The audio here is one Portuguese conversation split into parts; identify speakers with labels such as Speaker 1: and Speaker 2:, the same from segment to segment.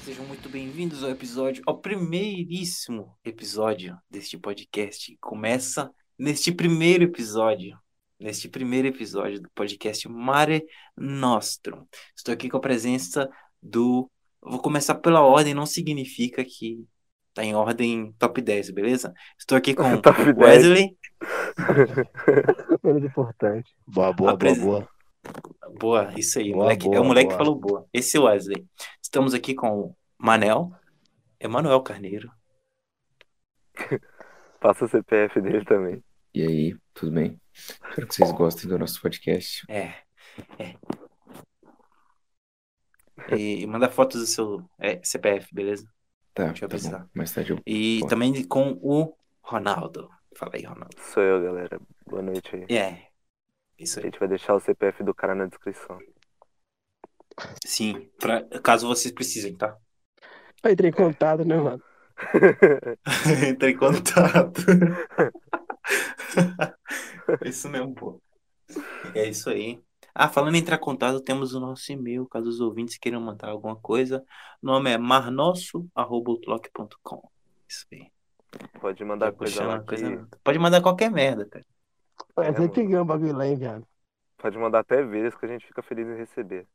Speaker 1: Sejam muito bem-vindos ao episódio, ao primeiríssimo episódio deste podcast. que Começa neste primeiro episódio, neste primeiro episódio do podcast Mare Nostrum. Estou aqui com a presença do. Vou começar pela ordem, não significa que tá em ordem top 10, beleza? Estou aqui com
Speaker 2: Top 10.
Speaker 3: é
Speaker 1: Wesley.
Speaker 3: Menos um importante.
Speaker 2: Boa, boa, boa,
Speaker 1: Apresen-
Speaker 2: boa.
Speaker 1: Boa, isso aí,
Speaker 2: Boa,
Speaker 1: moleque. é o
Speaker 2: boa,
Speaker 1: moleque que
Speaker 2: boa.
Speaker 1: falou boa. Esse é Wesley. Estamos aqui com o Manel, Emanuel Carneiro.
Speaker 2: Passa o CPF dele também.
Speaker 4: E aí, tudo bem? Espero que vocês gostem do nosso podcast.
Speaker 1: É, é. E, e manda fotos do seu é, CPF, beleza?
Speaker 4: Tá,
Speaker 1: Deixa eu
Speaker 4: tá bom.
Speaker 1: avisar.
Speaker 4: Mais tarde eu.
Speaker 1: E
Speaker 4: Boa.
Speaker 1: também com o Ronaldo. Fala aí, Ronaldo.
Speaker 2: Sou eu, galera. Boa noite aí.
Speaker 1: É. Isso
Speaker 2: A
Speaker 1: aí.
Speaker 2: gente vai deixar o CPF do cara na descrição.
Speaker 1: Sim, pra- caso vocês precisem, tá?
Speaker 3: Eu entrei em
Speaker 2: É.
Speaker 3: contato, né, mano?
Speaker 1: Entra em contato. É isso mesmo, pô. É isso aí. Ah, falando em entrar em contato, temos o nosso e-mail, caso os ouvintes queiram mandar alguma coisa. O nome é marnosso.outlook.com. Isso aí.
Speaker 2: Pode mandar
Speaker 1: Tô
Speaker 2: coisa
Speaker 1: puxando
Speaker 2: lá
Speaker 1: uma
Speaker 2: que-
Speaker 1: Tá coisa né? não. Pode mandar qualquer merda, cara.
Speaker 3: Ué,
Speaker 2: É,
Speaker 3: sempre ganha um bagulho lá, hein, viado?
Speaker 2: Pode mandar até vírus que a gente fica feliz em receber.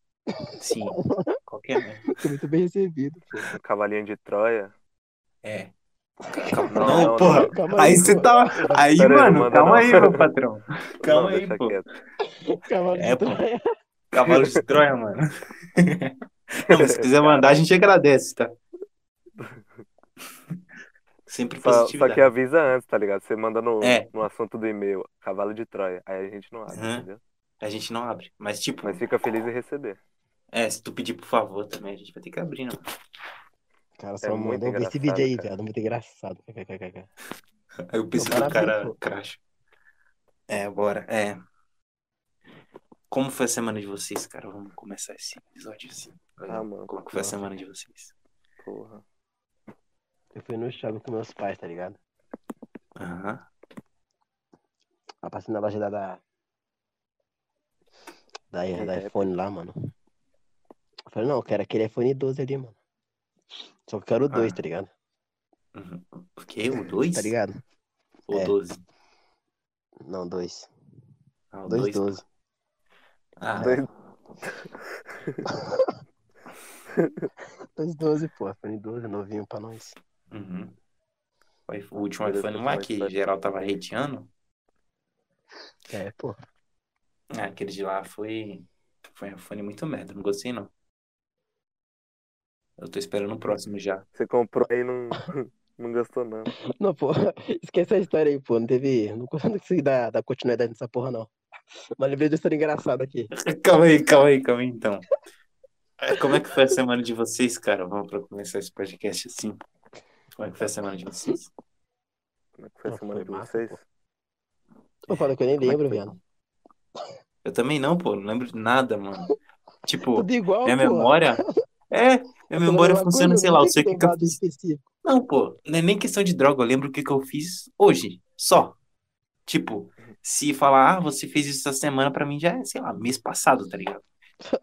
Speaker 1: Sim, qualquer merda.
Speaker 3: Fui muito bem recebido.
Speaker 2: Um cavalinho de Troia.
Speaker 1: É.
Speaker 2: Não,
Speaker 1: Não,
Speaker 2: não,
Speaker 1: porra.
Speaker 3: Calma
Speaker 1: Aí
Speaker 3: pô.
Speaker 1: você tá. Aí,
Speaker 2: Pera aí, não
Speaker 1: mano,
Speaker 2: manda
Speaker 1: calma
Speaker 2: não.
Speaker 1: aí, meu patrão. Calma
Speaker 2: Não,
Speaker 1: aí,
Speaker 2: deixa
Speaker 1: pô.
Speaker 2: quieto.
Speaker 3: Calma aí,
Speaker 1: É, pô.
Speaker 3: tá?
Speaker 1: Cavalo de Troia, mano. Não, mas se quiser mandar, a gente agradece, tá? Sempre
Speaker 2: Só, só
Speaker 1: positividade.
Speaker 2: que avisa antes, tá ligado? Você manda no,
Speaker 1: né? É.
Speaker 2: no assunto do e-mail, cavalo de Troia. Aí a gente não abre,
Speaker 1: Aham.
Speaker 2: entendeu?
Speaker 1: A gente não abre. Mas, tipo,
Speaker 2: é- Mas fica feliz em receber.
Speaker 1: é, se tu pedir por favor também, a gente vai ter que abrir, né?
Speaker 3: Cara,
Speaker 2: É
Speaker 3: só
Speaker 2: muito
Speaker 3: mandou ver esse
Speaker 2: engraçado,
Speaker 3: vídeo aí,
Speaker 2: cara.
Speaker 3: viado. Muito engraçado. KKKK.
Speaker 1: Aí eu penso
Speaker 3: Não,
Speaker 1: do
Speaker 3: maravilha,
Speaker 1: cara
Speaker 3: pô.
Speaker 1: crash. É, bora. É. Como foi a semana de vocês, cara? Vamos começar esse episódio assim.
Speaker 2: Ah, mano.
Speaker 1: Como que foi a
Speaker 2: nossa,
Speaker 1: semana de vocês?
Speaker 2: Porra.
Speaker 3: Eu fui no shopping com meus pais, tá ligado?
Speaker 1: Aham.
Speaker 3: Eu passei na loja da. Da, da, da
Speaker 2: É.
Speaker 3: iPhone lá, mano. Eu falei, não, eu quero aquele iPhone 12 ali, mano. Só que eu quero o 2,
Speaker 1: Ah.
Speaker 3: tá ligado?
Speaker 1: Uhum. O quê? O 2?
Speaker 3: Tá ligado?
Speaker 1: Ou
Speaker 3: É.
Speaker 1: 12?
Speaker 3: Não, 2.
Speaker 1: Ah, o
Speaker 3: 2,
Speaker 1: dois.
Speaker 3: 12.
Speaker 1: Ah,
Speaker 2: Dois-
Speaker 3: 2, 12, pô. iPhone 12, novinho pra nós.
Speaker 1: uhum. O iPhone- O último
Speaker 2: Dois
Speaker 1: iPhone
Speaker 2: últimos
Speaker 1: lá que
Speaker 2: iPhones.
Speaker 1: geral tava hateando.
Speaker 3: É, pô.
Speaker 1: Ah, aquele de lá foi. Foi um iPhone muito merda. Não gostei, não. Eu tô esperando o próximo já.
Speaker 2: Você comprou aí e não, não gastou, não.
Speaker 3: Não, pô, esquece a história aí, pô. Não teve. Não consegui dar, dar continuidade nessa porra, não. Mas lembrei de uma história engraçada aqui.
Speaker 1: Calma aí, calma aí, calma aí, então. É, Como é que foi a semana de vocês, cara? Vamos pra começar esse podcast assim. Como é que foi a semana de vocês?
Speaker 2: Como é que foi a
Speaker 3: Não,
Speaker 2: semana
Speaker 3: foi
Speaker 2: de
Speaker 3: massa,
Speaker 2: vocês?
Speaker 3: pô. Eu falo que eu nem
Speaker 1: Como é que
Speaker 3: lembro,
Speaker 1: foi?
Speaker 3: viado.
Speaker 1: Eu também não, pô. Não lembro de nada, mano. Tipo,
Speaker 3: Tudo igual,
Speaker 1: minha
Speaker 3: pô. um
Speaker 1: memória. É, minha memória funciona, sei lá, eu
Speaker 3: o
Speaker 1: sei o que que eu fiz.
Speaker 3: específico.
Speaker 1: Não, pô, não é nem questão de droga, eu lembro o que que eu fiz hoje, só. Tipo, se falar, ah, você fez isso essa semana, pra mim já é, sei lá, mês passado, tá ligado?
Speaker 2: Tá,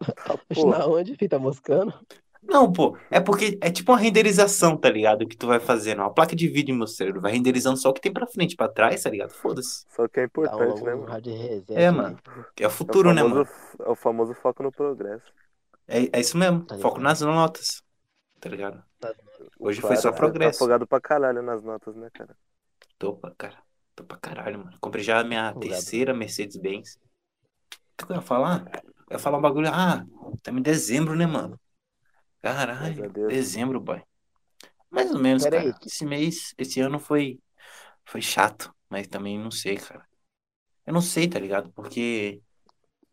Speaker 3: Acho na onde, filho, tá moscando?
Speaker 1: Não, pô, é porque é tipo uma renderização, tá ligado? Que tu vai fazendo, é uma placa de vídeo no meu cérebro, vai renderizando só o que tem pra frente, pra trás, tá ligado? Foda-se.
Speaker 2: Só que é
Speaker 3: Dá
Speaker 2: importante, né,
Speaker 3: um, um
Speaker 2: mano?
Speaker 3: rádio reset.
Speaker 1: É, mano.
Speaker 3: né?
Speaker 1: É o
Speaker 2: É o
Speaker 1: futuro, né,
Speaker 2: famoso-
Speaker 1: mano?
Speaker 2: É o famoso foco no progresso.
Speaker 1: É, é isso mesmo,
Speaker 3: Tá
Speaker 1: foco
Speaker 3: ligado.
Speaker 1: nas notas, tá ligado? Hoje foi
Speaker 2: Claro,
Speaker 1: só
Speaker 2: você
Speaker 1: progresso.
Speaker 2: Tá afogado pra caralho nas notas, né, cara?
Speaker 1: Tô pra, cara, tô pra caralho, mano. Comprei já a minha
Speaker 3: Obrigado.
Speaker 1: terceira Mercedes-Benz. O que eu ia falar? Eu ia falar um bagulho. Ah, estamos em dezembro, né, mano?
Speaker 2: Graças a
Speaker 1: Caralho,
Speaker 2: Deus.
Speaker 1: dezembro, boy. Mais ou menos,
Speaker 3: Pera
Speaker 1: cara.
Speaker 3: aí, que-
Speaker 1: Esse mês, esse ano foi, foi chato, mas também não sei, cara. Eu não sei, tá ligado? Porque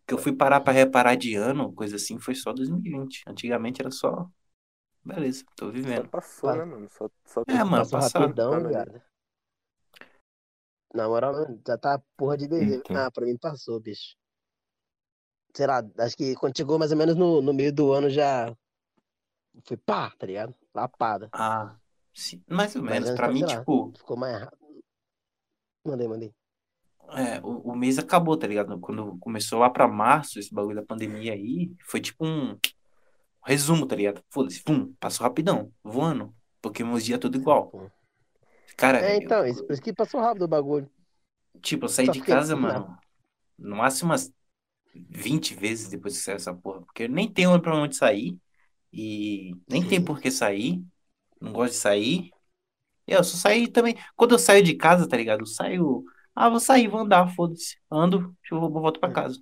Speaker 1: que eu fui parar pra reparar de ano, coisa assim, foi só 2020. Antigamente era só. Beleza, tô
Speaker 2: Só
Speaker 1: vivendo.
Speaker 2: passou,
Speaker 3: Claro.
Speaker 2: né, mano? Só, só né? Tá
Speaker 1: É, mano,
Speaker 3: Passou
Speaker 1: passado.
Speaker 3: rapidão,
Speaker 2: Fala aí.
Speaker 3: viado. Na moral, mano, já tá porra de dever.
Speaker 4: Então.
Speaker 3: Ah, pra mim passou, bicho. Sei lá, acho que quando chegou mais ou menos no, no meio do ano já. Foi pá, tá ligado? Lapada.
Speaker 1: Ah, sim, mais ou
Speaker 3: Mais
Speaker 1: menos.
Speaker 2: é
Speaker 3: ou menos
Speaker 1: Pra
Speaker 3: pra
Speaker 1: mim,
Speaker 3: sei lá.
Speaker 1: tipo.
Speaker 3: Ficou mais rápido. Mandei, mandei.
Speaker 1: É, o, o mês acabou, tá ligado? Quando começou lá pra março, esse bagulho da pandemia aí, foi tipo um, um Resumo, tá ligado? Foda-se, pum, passou rapidão, voando. Porque meus dias é tudo igual.
Speaker 3: Pô.
Speaker 1: Cara,
Speaker 3: É,
Speaker 1: eu-
Speaker 3: então, isso, por isso que passou rápido o bagulho.
Speaker 1: tipo, eu saí
Speaker 3: só
Speaker 1: de
Speaker 3: fiquei
Speaker 1: casa,
Speaker 3: assim,
Speaker 1: mano, no máximo umas 20 vezes depois que saiu essa porra. Porque eu nem tenho pra onde sair. E nem
Speaker 3: Uhum.
Speaker 1: tem por que sair. Não gosto de sair. Eu só saí também. Quando eu saio de casa, tá ligado? Eu saio. Ah, vou sair, vou andar, foda-se. Ando, eu vou- volto
Speaker 3: É.
Speaker 1: pra casa.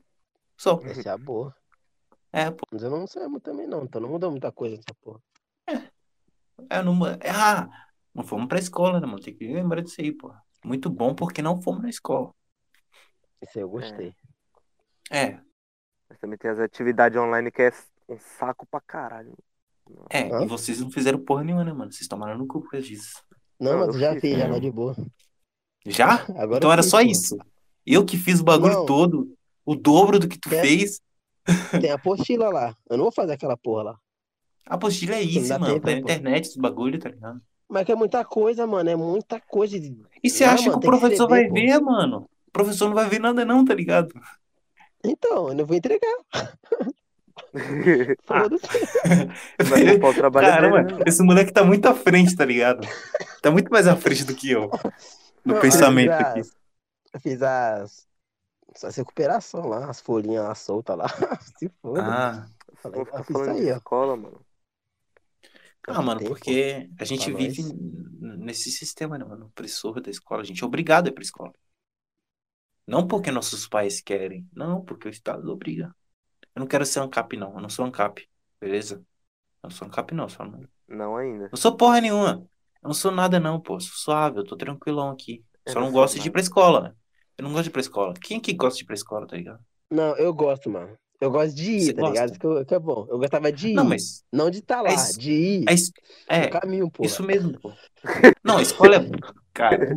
Speaker 1: Só.
Speaker 3: Essa é a boa.
Speaker 1: É, pô.
Speaker 3: Mas eu não sei muito também, não. Então não mudou muita coisa nessa porra.
Speaker 1: É, não, ah, não fomos pra escola, né, mano? Tem que lembrar disso aí, pô. Muito bom porque não fomos na escola.
Speaker 3: Isso aí eu gostei.
Speaker 1: É,
Speaker 2: Mas também tem as atividades online que é um saco pra caralho.
Speaker 1: é.
Speaker 3: Hã?
Speaker 1: E vocês não fizeram porra nenhuma, né, mano? Vocês tomaram no cu por causa disso.
Speaker 3: Não,
Speaker 2: Não,
Speaker 3: mas
Speaker 2: eu
Speaker 3: já
Speaker 2: fiz,
Speaker 3: fiz, já
Speaker 4: né?
Speaker 3: tá de boa.
Speaker 1: Já?
Speaker 3: Agora
Speaker 1: Então
Speaker 3: eu
Speaker 1: era
Speaker 3: fiz,
Speaker 1: só
Speaker 3: pô.
Speaker 1: isso. Eu que fiz o bagulho
Speaker 3: Não.
Speaker 1: todo, o dobro do que tu
Speaker 3: É.
Speaker 1: fez.
Speaker 3: Tem a apostila lá. Eu não vou fazer aquela porra lá.
Speaker 1: A apostila é
Speaker 3: Não
Speaker 1: isso,
Speaker 3: dá
Speaker 1: mano.
Speaker 3: tempo,
Speaker 1: Tá na
Speaker 3: né, pô?
Speaker 1: internet, esse bagulho, tá ligado?
Speaker 3: Mas que é muita coisa, mano. É muita coisa. de-
Speaker 1: E você
Speaker 3: Não,
Speaker 1: acha
Speaker 3: mano,
Speaker 1: que o
Speaker 3: tem que
Speaker 1: professor vai
Speaker 3: escrever, pô.
Speaker 1: ver, mano? O professor não vai ver nada, não, tá ligado?
Speaker 3: Então, eu não vou entregar.
Speaker 1: Ah,
Speaker 2: Mas
Speaker 3: Foda-se.
Speaker 2: não pode trabalhar
Speaker 1: Caramba,
Speaker 2: dele, né?
Speaker 1: esse moleque tá muito à frente, tá ligado? Tá muito mais à frente do que eu. No
Speaker 3: Não,
Speaker 1: pensamento
Speaker 3: eu
Speaker 1: aqui.
Speaker 3: fiz as- Eu fiz as. As recuperação lá, as folhinhas lá soltas lá. Se foda.
Speaker 1: Ah,
Speaker 3: Falei,
Speaker 2: Vou ficar
Speaker 3: "Ah, fiz isso
Speaker 2: falando
Speaker 3: aí,
Speaker 2: de
Speaker 3: ó.
Speaker 2: escola, mano.
Speaker 1: ah, mano,
Speaker 3: Tempo.
Speaker 1: porque a gente
Speaker 3: Pra
Speaker 1: vive
Speaker 3: nós.
Speaker 1: n- nesse sistema, né, mano? Opressor da escola. A gente é obrigado a ir pra escola. Não porque nossos pais querem. Não, porque o Estado obriga. Eu não quero ser ANCAP, não. Eu não sou ANCAP, beleza? Eu não sou ANCAP, não. Só não.
Speaker 2: Não ainda.
Speaker 1: não sou porra nenhuma. Eu não sou nada, não, pô. Sou suave, eu tô tranquilão aqui.
Speaker 2: Eu
Speaker 1: Só
Speaker 2: não
Speaker 1: não
Speaker 2: sou
Speaker 1: gosto de ir
Speaker 2: nada.
Speaker 1: pra escola. né? Eu não gosto de ir pra escola. Quem que gosta de ir pra escola, tá ligado?
Speaker 3: Não, eu gosto, mano. Eu gosto de ir,
Speaker 1: Você
Speaker 3: tá
Speaker 1: gosta?
Speaker 3: ligado? Isso que, eu- que é bom. Eu gostava de ir.
Speaker 1: Não, mas.
Speaker 3: Não de estar lá,
Speaker 1: É isso-
Speaker 3: de ir.
Speaker 1: É, isso- é,
Speaker 3: o caminho, pô.
Speaker 1: isso mesmo, pô. Não, a escola é. Cara,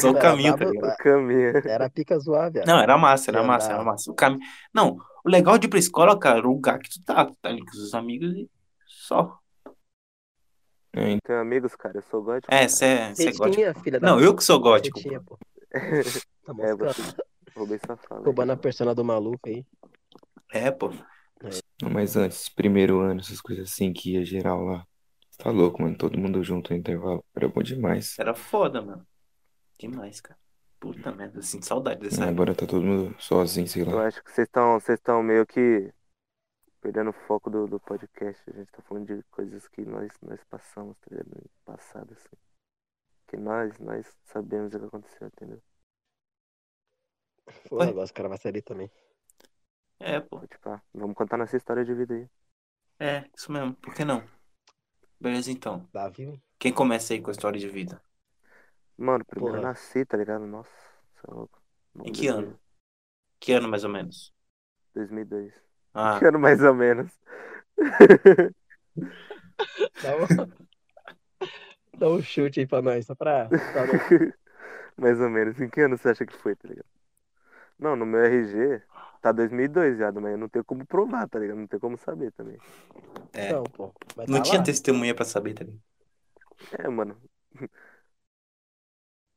Speaker 1: só o
Speaker 3: Era
Speaker 1: caminho, tá
Speaker 3: brabo,
Speaker 1: ligado?
Speaker 2: Caminha.
Speaker 3: Era pica zoar, velho.
Speaker 1: Não, era massa, era
Speaker 3: Ia
Speaker 1: massa,
Speaker 3: andar.
Speaker 1: era massa. O caminho. Não, o legal de ir pra escola, cara, é o lugar que tu tá. Tu tá ali com os amigos e só.
Speaker 4: É,
Speaker 2: Tenho amigos, cara, eu sou gótico.
Speaker 1: É, você é gótico.
Speaker 3: Tetinha, filha da
Speaker 1: Não, eu que sou gótico.
Speaker 3: Tetinha,
Speaker 1: pô.
Speaker 3: pô. Tá
Speaker 2: É,
Speaker 3: mostrando.
Speaker 2: você roubei sua fala.
Speaker 3: Roubando a persona do maluco aí.
Speaker 1: É, pô.
Speaker 4: Não, então, mas antes, primeiro ano, essas coisas assim que ia geral lá. Você Tá louco, mano. Todo mundo junto no intervalo. Era bom demais.
Speaker 1: Era foda, mano. Demais, cara. Puta merda, eu sinto saudade dessa
Speaker 4: Ah,
Speaker 1: época.
Speaker 4: Agora tá todo mundo sozinho, sei
Speaker 2: Eu
Speaker 4: lá.
Speaker 2: acho que vocês estão vocês estão meio que perdendo o foco do, do podcast. A gente tá falando de coisas que nós, nós passamos, tá ligado? No passado, assim. Que nós, nós sabemos o que aconteceu, entendeu?
Speaker 3: Pô,
Speaker 1: Ué?
Speaker 3: negócio, o cara vai sair também.
Speaker 1: É, pô.
Speaker 2: Pode pá. tipo, ah, Vamos contar nossa história de vida aí.
Speaker 1: É, isso mesmo. Por que não? Beleza, então.
Speaker 3: Davi,
Speaker 1: Quem começa aí com a história de vida?
Speaker 2: Mano, primeiro eu
Speaker 3: Porra.
Speaker 2: nasci, tá ligado? Nossa, você é louco. Bom,
Speaker 1: Em que ano? Que ano, mais ou menos?
Speaker 2: 2002.
Speaker 1: Ah,
Speaker 2: Que ano mais ou menos?
Speaker 3: dá um... dá um chute aí pra nós, só pra. pra nós.
Speaker 2: mais ou menos. Em que ano você acha que foi, tá ligado? Não, no meu RG tá 2002, viado, mas eu não tenho como provar, tá ligado? Não tem como saber também.
Speaker 1: é.
Speaker 3: Então, pô. Mas
Speaker 1: Não
Speaker 3: tá
Speaker 1: tinha
Speaker 3: lá.
Speaker 1: testemunha pra saber, tá ligado?
Speaker 2: É, mano.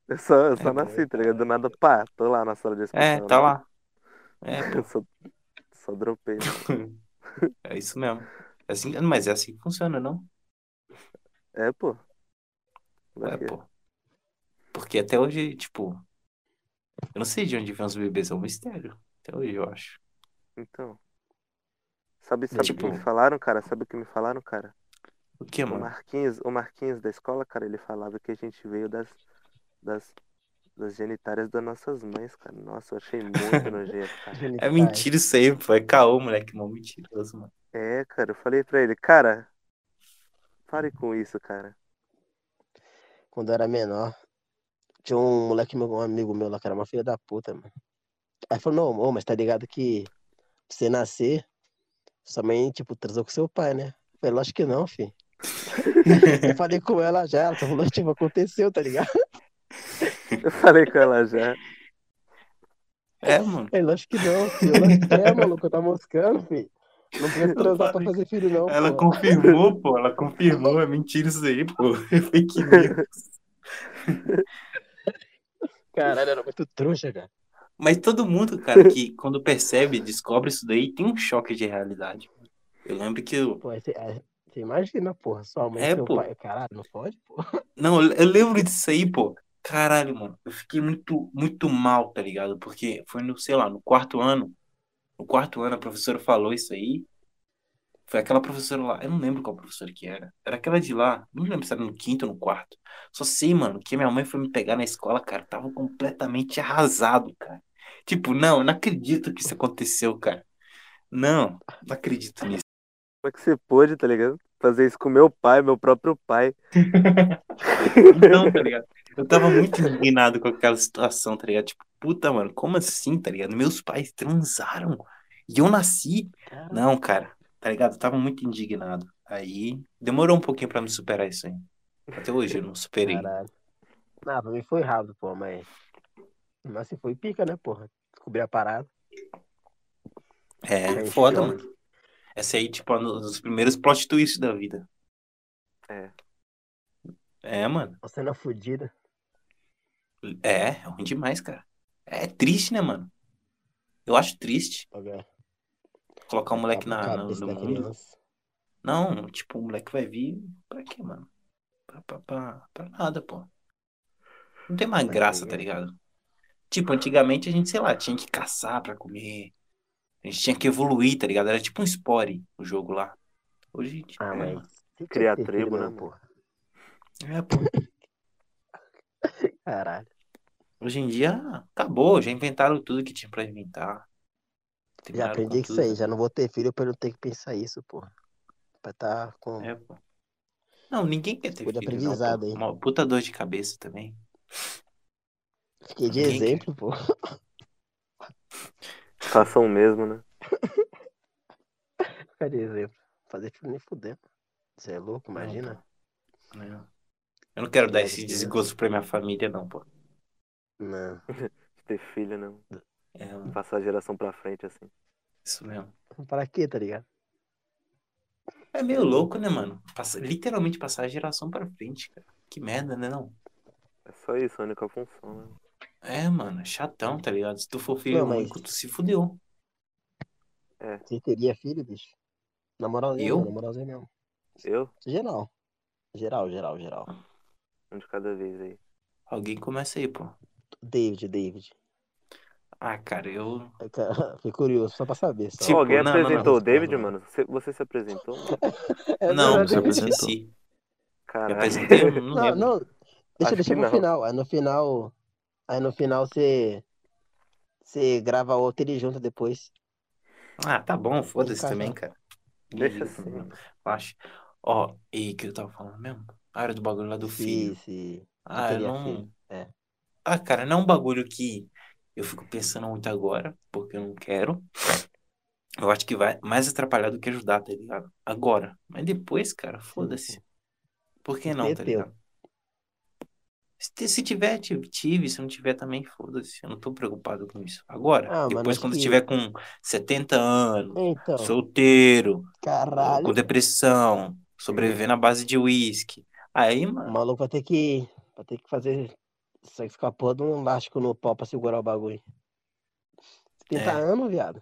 Speaker 2: Eu só, eu só
Speaker 1: É,
Speaker 2: nasci, tá ligado? Do nada, pá, tô lá na sala de
Speaker 1: É,
Speaker 2: exposição.
Speaker 1: tá
Speaker 2: né?
Speaker 1: lá. É, pô.
Speaker 2: Eu só, só dropei.
Speaker 1: É isso mesmo. É assim, mas é assim que funciona, não?
Speaker 2: É, pô. Vai
Speaker 1: É,
Speaker 2: que é.
Speaker 1: pô. Porque até hoje, tipo. Eu não sei de onde vem os bebês, é um mistério. Até hoje, eu acho.
Speaker 2: Então. Sabe, sabe o
Speaker 1: tipo-
Speaker 2: que me falaram, cara? Sabe o que me falaram, cara?
Speaker 1: O que,
Speaker 2: O
Speaker 1: mano?
Speaker 2: Marquinhos, o Marquinhos da escola, cara, ele falava que a gente veio das, das, das genitárias das nossas mães, cara. Nossa, eu achei muito nojento, cara.
Speaker 1: É mentira isso aí, pô. É caô, moleque. Mó mentiroso, mano.
Speaker 2: É, cara, eu falei pra ele, cara, pare com isso, cara.
Speaker 3: quando eu era menor, tinha um moleque, meu, um amigo meu lá, que era uma filha da puta, mano. Aí falou, não, ô, mas tá ligado que pra você nascer, sua mãe, tipo, transou com seu pai, né? Eu falei, lógico que não, filho. eu falei com ela já, ela só falou, tipo, aconteceu, tá ligado?
Speaker 2: Eu falei com ela já.
Speaker 1: É, mano.
Speaker 3: Eu falei, lógico que não, filho. Eu, lógico que é, maluco, eu tá moscando, filho. Não precisa transar pra fazer filho, não,
Speaker 1: Ela
Speaker 3: pô.
Speaker 1: confirmou, pô. Ela confirmou. É mentira isso aí, pô. É fake news.
Speaker 3: Caralho, era muito trouxa, cara.
Speaker 1: Mas todo mundo, cara, que quando percebe, descobre isso daí, tem um choque de realidade. Eu lembro que eu.
Speaker 3: Pô, aí você, aí você imagina, porra, sua mãe e
Speaker 1: É,
Speaker 3: seu
Speaker 1: pô.
Speaker 3: pai. Caralho, não pode, pô.
Speaker 1: Não, eu eu lembro disso aí, pô. Caralho, mano. Eu fiquei muito, muito mal, tá ligado? Porque foi no, sei lá, no quarto ano. No quarto ano a professora falou isso aí. Foi aquela professora lá. Eu não lembro qual professora que era. Era aquela de lá. Não lembro se era no quinto ou no quarto. Só sei, mano, que minha mãe foi me pegar na escola, cara. eu Tava completamente arrasado, cara. Tipo, não, eu não acredito que isso aconteceu, cara. Não, não acredito nisso.
Speaker 2: Como é que você pôde, tá ligado? Fazer isso com meu pai, meu próprio pai.
Speaker 1: Não, tá ligado? Eu tava muito indignado com aquela situação, tá ligado? Tipo, puta, mano, como assim, tá ligado? Meus pais transaram e eu nasci. Não, cara, tá ligado? Eu tava muito indignado. Aí demorou um pouquinho pra me superar isso aí. Até hoje eu não superei.
Speaker 3: Caralho. Não, pra mim foi rápido, pô, mas. Mas se foi pica, né, porra? Descobri a parada.
Speaker 1: É
Speaker 3: Aí,
Speaker 1: foda,
Speaker 3: chora.
Speaker 1: mano. Essa aí, tipo, é um dos primeiros plot twists da vida.
Speaker 2: É.
Speaker 1: É, mano.
Speaker 3: Uma cena fodida.
Speaker 1: É, é ruim demais, cara. É triste, né, mano? Eu acho triste colocar o moleque na, na-
Speaker 3: cabeça
Speaker 1: no
Speaker 3: da
Speaker 1: mundo.
Speaker 3: criança.
Speaker 1: Não, tipo, o moleque vai vir pra quê, mano? Pra, pra, pra, pra nada, pô. Não tem mais
Speaker 3: Vai
Speaker 1: graça,
Speaker 3: comer.
Speaker 1: tá ligado? Tipo, antigamente a gente, sei lá, tinha que caçar pra comer. A gente tinha que evoluir, tá ligado? Era tipo um spore o jogo lá. Hoje, tipo,
Speaker 3: Ah,
Speaker 1: é,
Speaker 3: mas.
Speaker 1: mano.
Speaker 3: tem que
Speaker 2: Criar
Speaker 3: ter filho,
Speaker 2: tribo, né,
Speaker 3: porra?
Speaker 1: É, pô.
Speaker 3: Caralho.
Speaker 1: Hoje em dia, acabou. Já inventaram tudo que tinha pra inventar.
Speaker 3: Já
Speaker 1: Terminaram
Speaker 3: aprendi
Speaker 1: com
Speaker 3: que isso aí.
Speaker 1: tudo.
Speaker 3: Já não vou ter filho pra eu não ter que pensar isso, porra. Pra tá com.
Speaker 1: É, pô. Não, ninguém quer ter
Speaker 3: Cuida
Speaker 1: filho, não,
Speaker 3: previsado,
Speaker 1: pô.
Speaker 3: hein?
Speaker 1: Uma puta dor de cabeça também.
Speaker 3: Fiquei de
Speaker 1: ninguém quer.
Speaker 3: exemplo, pô.
Speaker 2: Façam o mesmo, né?
Speaker 3: Ficar de exemplo. Fazer filho nem fudendo. Você é louco,
Speaker 1: Não,
Speaker 3: imagina.
Speaker 1: pô. Não. Eu não quero dar
Speaker 3: Pelo amor
Speaker 1: esse
Speaker 3: de Deus.
Speaker 1: desgosto pra minha família, não, pô.
Speaker 3: Não,
Speaker 2: Ter filho, não.
Speaker 1: É, mano,
Speaker 2: Passar a geração pra frente, assim.
Speaker 1: isso mesmo.
Speaker 3: pra quê, tá ligado?
Speaker 1: É meio louco, né, mano? Passa- literalmente passar a geração pra frente, cara. Que merda, né, não?
Speaker 2: É só isso, a única função, né?
Speaker 1: É, mano, é chatão, tá ligado? Se tu for filho
Speaker 3: Não, mas-
Speaker 1: único, tu se fudeu.
Speaker 3: Você teria filho, bicho? Na moralzinha,
Speaker 1: Eu?
Speaker 3: mesmo, na moralzinha mesmo.
Speaker 2: Eu?
Speaker 3: Geral. Geral, geral, geral.
Speaker 2: Um de cada vez aí.
Speaker 1: Alguém começa aí, pô.
Speaker 3: David, David.
Speaker 1: Ah, cara, eu.
Speaker 3: Eu quero- É, Fiquei curioso, só pra saber. Só.
Speaker 1: Tipo,
Speaker 2: Ó, alguém
Speaker 1: não, não, não.
Speaker 2: apresentou o David, mano? Você, você se apresentou? mano?
Speaker 3: É
Speaker 1: não,
Speaker 3: verdade.
Speaker 4: você
Speaker 1: eu
Speaker 4: apresentou.
Speaker 1: esqueci. Me
Speaker 2: Caralho.
Speaker 1: apresentei, eu não
Speaker 3: Não,
Speaker 1: lembro.
Speaker 3: não. Deixa,
Speaker 2: Acho
Speaker 3: deixa
Speaker 2: que
Speaker 3: pro
Speaker 2: não.
Speaker 3: final. Aí no final. Aí no final você. Você grava outro ele junto depois.
Speaker 1: Ah, tá bom, foda-se
Speaker 3: Tá,
Speaker 1: também,
Speaker 3: não.
Speaker 1: cara.
Speaker 2: Deixa
Speaker 1: Ih,
Speaker 2: assim.
Speaker 1: mano, Acho. Ó, e o que eu tava falando mesmo? A área do bagulho lá do filho.
Speaker 3: Se, se...
Speaker 1: Ah, eu
Speaker 3: teria
Speaker 1: não.
Speaker 3: filho, é.
Speaker 1: Ah, cara, não é um bagulho que eu fico pensando muito agora, porque eu não quero. Eu acho que vai mais atrapalhar do que ajudar, tá ligado? Agora. Mas depois, cara, foda-se. Por que não, tá
Speaker 3: Entendeu.
Speaker 1: ligado? Se te- Se tiver, ti- tive. Se não tiver, também foda-se. Eu não tô preocupado com isso.
Speaker 3: Ah,
Speaker 1: Agora,
Speaker 3: mano,
Speaker 1: depois,
Speaker 3: acho
Speaker 1: quando
Speaker 3: que-
Speaker 1: estiver com 70 anos,
Speaker 3: Então,
Speaker 1: solteiro,
Speaker 3: caralho.
Speaker 1: com depressão, sobrevivendo à base de uísque. Aí,
Speaker 3: O
Speaker 1: mano.
Speaker 3: maluco vai ter que. Vai ter que fazer sexo com a porra de um elástico no pau pra segurar o bagulho. 70
Speaker 1: É.
Speaker 3: anos, viado.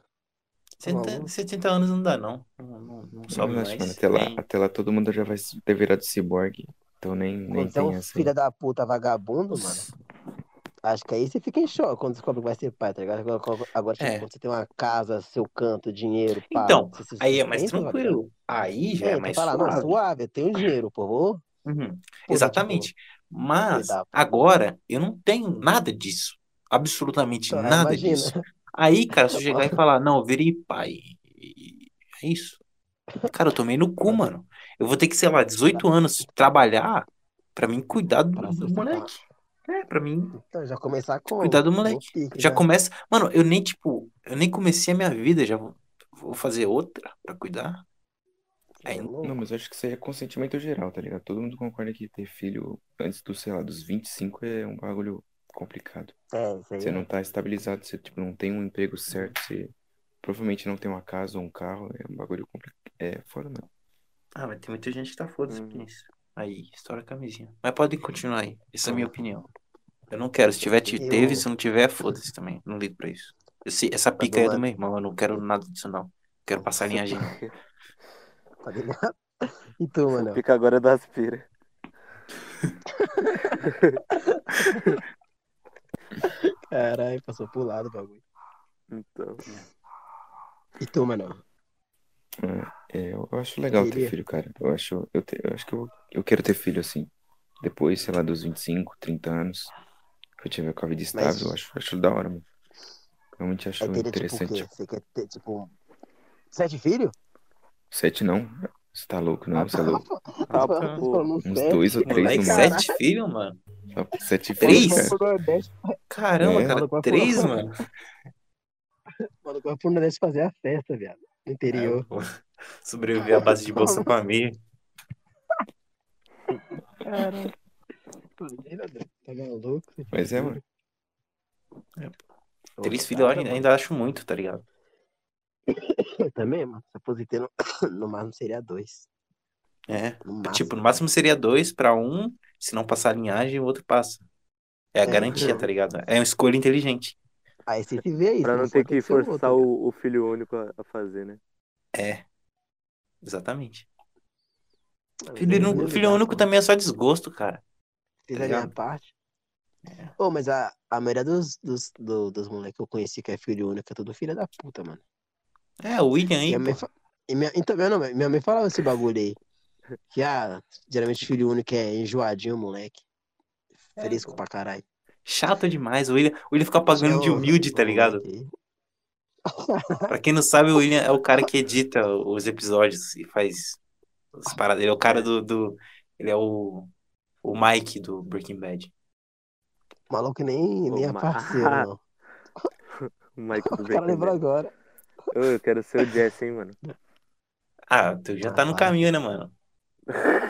Speaker 1: 70,
Speaker 3: maluco.
Speaker 1: 70 anos não dá, não. Não, não, não sobe Então
Speaker 4: Relaxa,
Speaker 1: é mais.
Speaker 4: mano, até, lá,
Speaker 1: Nem-
Speaker 4: até lá todo mundo já vai se- ter virado ciborgue. Então nem, nem
Speaker 3: Quando você é
Speaker 4: tem
Speaker 3: um
Speaker 4: essa. aí.
Speaker 3: filho da puta vagabundo, mano. Acho que aí você fica em choque quando descobre que vai ser pai, tá ligado? Agora, agora, agora, tipo,
Speaker 1: É.
Speaker 3: quando você tem uma casa, seu canto, dinheiro, pá.
Speaker 1: Então,
Speaker 3: você se
Speaker 1: Aí é mais
Speaker 3: sustenta, tá ligado?
Speaker 1: tranquilo. Aí já é
Speaker 3: tu
Speaker 1: mais
Speaker 3: fala,
Speaker 1: suave.
Speaker 3: não, suave, eu tenho dinheiro, pô. Vou.
Speaker 1: Uhum,
Speaker 3: Pô,
Speaker 1: Exatamente. Mas
Speaker 3: cuidar, pô.
Speaker 1: agora eu não tenho nada disso. Absolutamente
Speaker 3: Tá,
Speaker 1: nada
Speaker 3: imagina.
Speaker 1: disso. Aí, cara, se eu chegar e falar, não, eu virei pai. e- É isso. Cara, eu tomei no cu, mano. Eu vou ter que, sei lá, 18 anos trabalhar pra mim cuidar do,
Speaker 3: Pra
Speaker 1: do
Speaker 3: sustentar.
Speaker 1: moleque. É, pra mim
Speaker 3: tipo, então, já começar com.
Speaker 1: Cuidar do
Speaker 3: com o
Speaker 1: moleque.
Speaker 3: pique,
Speaker 1: Já
Speaker 3: né?
Speaker 1: começa. Mano, eu nem, tipo, eu nem comecei a minha vida, já vou, vou fazer outra pra cuidar. Aí,
Speaker 3: É louco.
Speaker 4: Não, mas eu acho que isso aí é consentimento geral, tá ligado? Todo mundo concorda que ter filho antes do, sei lá, dos 25 é um bagulho complicado.
Speaker 3: É, isso aí.
Speaker 4: Você não tá estabilizado, você tipo, não tem um emprego certo, você provavelmente não tem uma casa ou um carro, é um bagulho complicado. É foda, mano.
Speaker 1: Ah, mas tem muita gente que tá foda-se
Speaker 2: Uhum.
Speaker 1: com isso. Aí, estoura a camisinha. Mas podem continuar aí. Essa é a minha opinião. Eu não quero. Se tiver, te
Speaker 3: Eu-
Speaker 1: teve. Se não tiver, foda-se também. Não ligo Tá pra isso. Esse- essa pica aí é do meu irmão. Eu não quero nada disso, não. Quero passar linhagem. não.
Speaker 3: tá ligado? E tu, mano?
Speaker 2: Fica agora da aspira.
Speaker 3: Caralho, passou pro lado o bagulho.
Speaker 2: Então,
Speaker 3: E tu, mano?
Speaker 4: É, eu acho legal ter
Speaker 3: Queria.
Speaker 4: filho, cara. Eu acho, eu, te- eu acho que eu, eu quero ter filho assim. Depois, sei lá, dos 25, 30 anos, que eu tiver com a vida estável,
Speaker 3: Mas-
Speaker 4: eu acho, acho da hora, mano. Realmente acho
Speaker 3: Aí teria tipo o
Speaker 4: interessante.
Speaker 3: quê? Você quer ter tipo. Sete filhos?
Speaker 4: Sete não. Você tá louco, não, você é louco.
Speaker 2: Ah, pô.
Speaker 3: Vocês falam
Speaker 4: Uns
Speaker 3: sete.
Speaker 4: dois ou três
Speaker 1: Moleque,
Speaker 4: no
Speaker 3: Caraca.
Speaker 1: sete filhos, mano?
Speaker 4: máximo. Sete
Speaker 1: Três?
Speaker 4: filhos, cara.
Speaker 3: Maluco vai pro Nordeste,
Speaker 1: Caramba,
Speaker 4: É.
Speaker 1: cara,
Speaker 3: Maluco vai pro-
Speaker 1: três, mano?
Speaker 3: maluco vai pro Nordeste fazer a festa, viado. No
Speaker 1: É,
Speaker 3: interior.
Speaker 1: pô. Sobreviver à base de Bolsa Família.
Speaker 3: Caralho.
Speaker 1: É.
Speaker 3: Imagina, André, Tá maluco?
Speaker 4: Mas é, mano.
Speaker 1: Três filhos eu ainda, ainda acho muito, tá ligado?
Speaker 3: Eu também, mano. Se aposentei no, no máximo seria dois.
Speaker 1: É.
Speaker 3: No máximo.
Speaker 1: Tipo, no máximo seria dois pra um, se não passar a linhagem, o outro passa. É a
Speaker 3: É,
Speaker 1: garantia,
Speaker 3: então.
Speaker 1: tá ligado? É uma escolha inteligente.
Speaker 3: Aí você se vê aí.
Speaker 2: pra
Speaker 3: se
Speaker 2: não ter
Speaker 3: for, tem
Speaker 2: que
Speaker 3: ser
Speaker 2: forçar
Speaker 3: outro.
Speaker 2: o, o filho único a, a fazer, né?
Speaker 1: É. Exatamente.
Speaker 3: Mano,
Speaker 1: Filho,
Speaker 3: eu
Speaker 1: nu-
Speaker 3: vou
Speaker 1: filho
Speaker 3: ligar,
Speaker 1: único
Speaker 3: É pô.
Speaker 1: também é só desgosto, cara.
Speaker 3: Fiz
Speaker 1: tá
Speaker 3: a minha
Speaker 1: ligado?
Speaker 3: parte.
Speaker 1: tá
Speaker 3: Ô, mas a, a maioria dos, dos, do- dos moleques que eu conheci que é filho único é tudo filha da puta, mano.
Speaker 1: É, o William aí,
Speaker 3: Minha mãe
Speaker 1: pô.
Speaker 3: fa- e minha- então, minha, não, minha mãe falava esse bagulho aí. Que, ah, geralmente filho único é enjoadinho, moleque.
Speaker 1: É,
Speaker 3: Fresco
Speaker 1: pô.
Speaker 3: pra caralho.
Speaker 1: Chato demais. O William, o William fica pagando de
Speaker 3: É o-
Speaker 1: humilde, tá
Speaker 3: o
Speaker 1: ligado?
Speaker 3: moleque aí.
Speaker 1: Pra quem não sabe, o William é o cara que edita os episódios e faz as paradas. Ele é o cara do. do- ele é o, o Mike do Breaking Bad.
Speaker 3: O Maluco nem,
Speaker 2: Ô,
Speaker 3: nem é
Speaker 2: ma-
Speaker 3: parceiro, não.
Speaker 2: O Michael do
Speaker 3: O cara
Speaker 2: Breaking
Speaker 3: lembrou
Speaker 2: Bad.
Speaker 3: agora.
Speaker 2: Ô, Eu quero ser o Jesse, hein, mano.
Speaker 1: Ah, tu já tá no caminho, né, mano?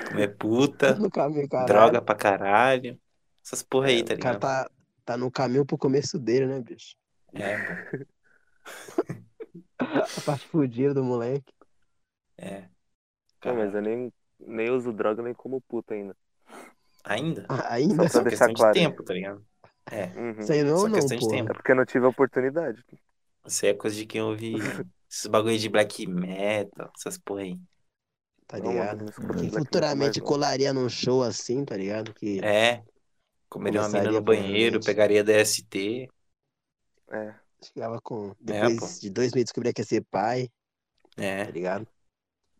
Speaker 1: Comer puta,
Speaker 3: No caminho, cara.
Speaker 1: droga pra caralho. Essas porra aí, tá
Speaker 3: O cara
Speaker 1: ligado?
Speaker 3: tá, tá no caminho pro começo dele, né, bicho?
Speaker 1: É, pô.
Speaker 3: A parte fodida do moleque.
Speaker 1: É.
Speaker 2: Não, mas eu nem, nem uso droga nem como puta ainda.
Speaker 1: Ainda?
Speaker 3: Ah,
Speaker 1: Só
Speaker 3: Ainda.
Speaker 1: que é uma
Speaker 2: deixar
Speaker 1: questão de
Speaker 2: claro.
Speaker 1: tempo, tá ligado?
Speaker 2: Uhum.
Speaker 3: Isso aí
Speaker 1: Só
Speaker 3: não, não,
Speaker 1: questão de
Speaker 3: pô.
Speaker 1: tempo.
Speaker 2: É porque eu não tive a oportunidade.
Speaker 1: Isso aí é coisa de quem ouve esses bagulho de black metal, essas porra aí.
Speaker 3: Tá
Speaker 2: Não,
Speaker 3: ligado?
Speaker 2: mano, esse cara
Speaker 3: Que
Speaker 2: é black metal
Speaker 3: futuramente
Speaker 2: mais, não.
Speaker 3: colaria num show assim, tá ligado? Que
Speaker 1: um. É. Comeria uma mina
Speaker 3: Começaria
Speaker 1: no banheiro,
Speaker 3: provavelmente.
Speaker 1: pegaria DST.
Speaker 2: É.
Speaker 3: chegava com.
Speaker 1: pô.
Speaker 3: Depois de dois meses descobria que ia ser pai, tá
Speaker 1: É.
Speaker 3: ligado?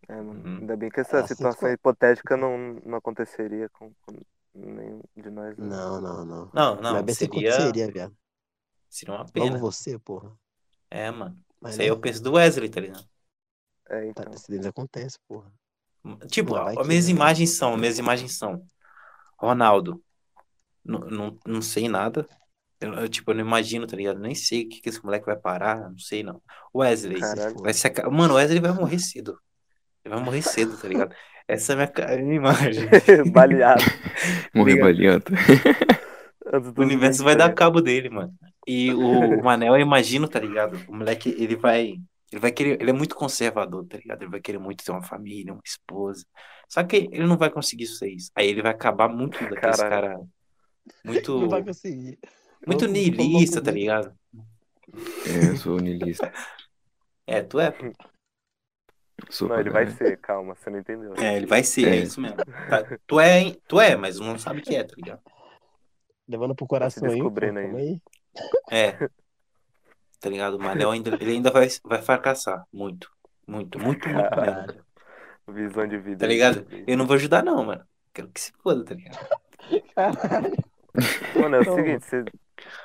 Speaker 2: É, mano.
Speaker 1: Uhum.
Speaker 2: Ainda bem que essa
Speaker 3: Ah, se
Speaker 2: situação
Speaker 3: for-
Speaker 2: hipotética não, não aconteceria com, com nenhum de nós. né?
Speaker 3: Não, não, não.
Speaker 1: Não, não,
Speaker 3: Mas bem que
Speaker 1: seria,
Speaker 3: aconteceria, viado.
Speaker 1: seria uma
Speaker 3: Logo
Speaker 1: pena.
Speaker 3: você, porra.
Speaker 1: É, mano.
Speaker 3: Mas
Speaker 1: Isso aí
Speaker 3: né,
Speaker 1: eu penso do Wesley, tá ligado?
Speaker 2: É,
Speaker 3: tá,
Speaker 2: então.
Speaker 3: acidentes acontece, porra.
Speaker 1: Tipo,
Speaker 3: Pô, vai
Speaker 1: ó,
Speaker 3: que,
Speaker 1: as minhas
Speaker 3: né?
Speaker 1: imagens são, as minhas imagens são. Ronaldo, não, não, não sei nada. Eu, eu, tipo, eu não imagino, tá ligado? Nem sei o que, que esse moleque vai parar, não sei não. Wesley,
Speaker 2: Cara,
Speaker 3: Se
Speaker 2: Caralho.
Speaker 3: for.
Speaker 1: vai se aca- Mano, o Wesley vai morrer cedo. Ele vai morrer cedo, tá ligado? Essa é a minha, ca- a minha imagem.
Speaker 2: Baleado.
Speaker 1: Obrigado.
Speaker 4: Morrer baleando.
Speaker 2: Antes
Speaker 1: O
Speaker 2: dos
Speaker 1: universo
Speaker 2: 20,
Speaker 1: vai
Speaker 2: tá
Speaker 1: dar
Speaker 2: ligado?
Speaker 1: cabo dele, mano. E o, o Manel, eu imagino, tá ligado? O moleque, ele vai. Ele vai querer. Ele é muito conservador, tá ligado? Ele vai querer muito ter uma família, uma esposa. Só que ele não vai conseguir isso aí. Aí ele vai acabar muito daqueles
Speaker 2: Caralho.
Speaker 1: cara. Muito.
Speaker 3: Não vai conseguir.
Speaker 1: Muito
Speaker 3: Vamos-
Speaker 1: niilista,
Speaker 3: vamos-
Speaker 1: tá ligado?
Speaker 4: É, eu sou niilista.
Speaker 1: É, tu é. pô.
Speaker 4: Sou
Speaker 2: Não,
Speaker 4: é, pra
Speaker 2: ele vai
Speaker 4: caralho.
Speaker 2: ser, calma, você não entendeu.
Speaker 1: né? É, ele vai ser, é,
Speaker 4: É.
Speaker 1: isso mesmo. Tá, tu é, hein? tu é, mas não sabe o que é, tá ligado?
Speaker 3: Levando pro coração aí, pô,
Speaker 2: descobrindo ainda.
Speaker 3: calma aí.
Speaker 1: É. Tá ligado? O Manel ainda, ele ainda vai, vai fracassar. Muito. Muito, muito, muito mesmo.
Speaker 3: Caralho.
Speaker 2: Visão de vida.
Speaker 1: Tá ligado? Eu não vou ajudar, não, mano. Quero que se foda, tá ligado?
Speaker 3: Caralho.
Speaker 2: Mano, é o
Speaker 3: Não,
Speaker 2: seguinte, você.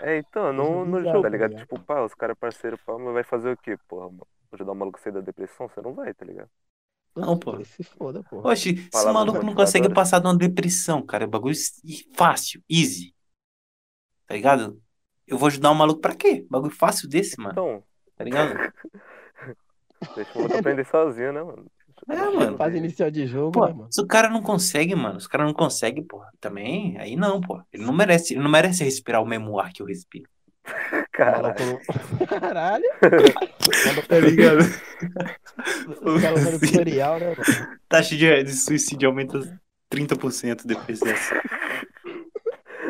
Speaker 2: É, então, no, no
Speaker 3: Então, Bizarro,
Speaker 2: jogo, tá
Speaker 3: tá
Speaker 2: ligado?
Speaker 3: ligado?
Speaker 2: Tipo, pá, os caras parceiro, pá, mas vai fazer o quê, porra, mano? Vou Ajudar o maluco a sair da depressão? Você não vai, tá ligado?
Speaker 1: Não, pô.
Speaker 3: Se foda, pô.
Speaker 1: Oxe, esse
Speaker 2: Palavras
Speaker 1: maluco não consegue
Speaker 2: motivadoras.
Speaker 1: passar de uma depressão, cara. É bagulho e- fácil, easy. Tá ligado? Eu vou ajudar um maluco pra quê? Bagulho fácil desse, mano.
Speaker 2: Então,
Speaker 1: Tá ligado?
Speaker 2: deixa o maluco aprender sozinho, né, mano?
Speaker 1: É, mano.
Speaker 3: Fase inicial de jogo,
Speaker 1: Pô,
Speaker 3: né, mano?
Speaker 1: se o cara não consegue, mano, se o cara não consegue, porra, também, aí não, pô. Ele não merece, ele não merece respirar o mesmo ar que eu respiro.
Speaker 2: Cara,
Speaker 3: Maluco- Caralho.
Speaker 1: Tá ligado?
Speaker 3: O cara usando
Speaker 1: Sim.
Speaker 3: tutorial, né, mano?
Speaker 1: Taxa de, de suicídio aumenta 30% depois dessa.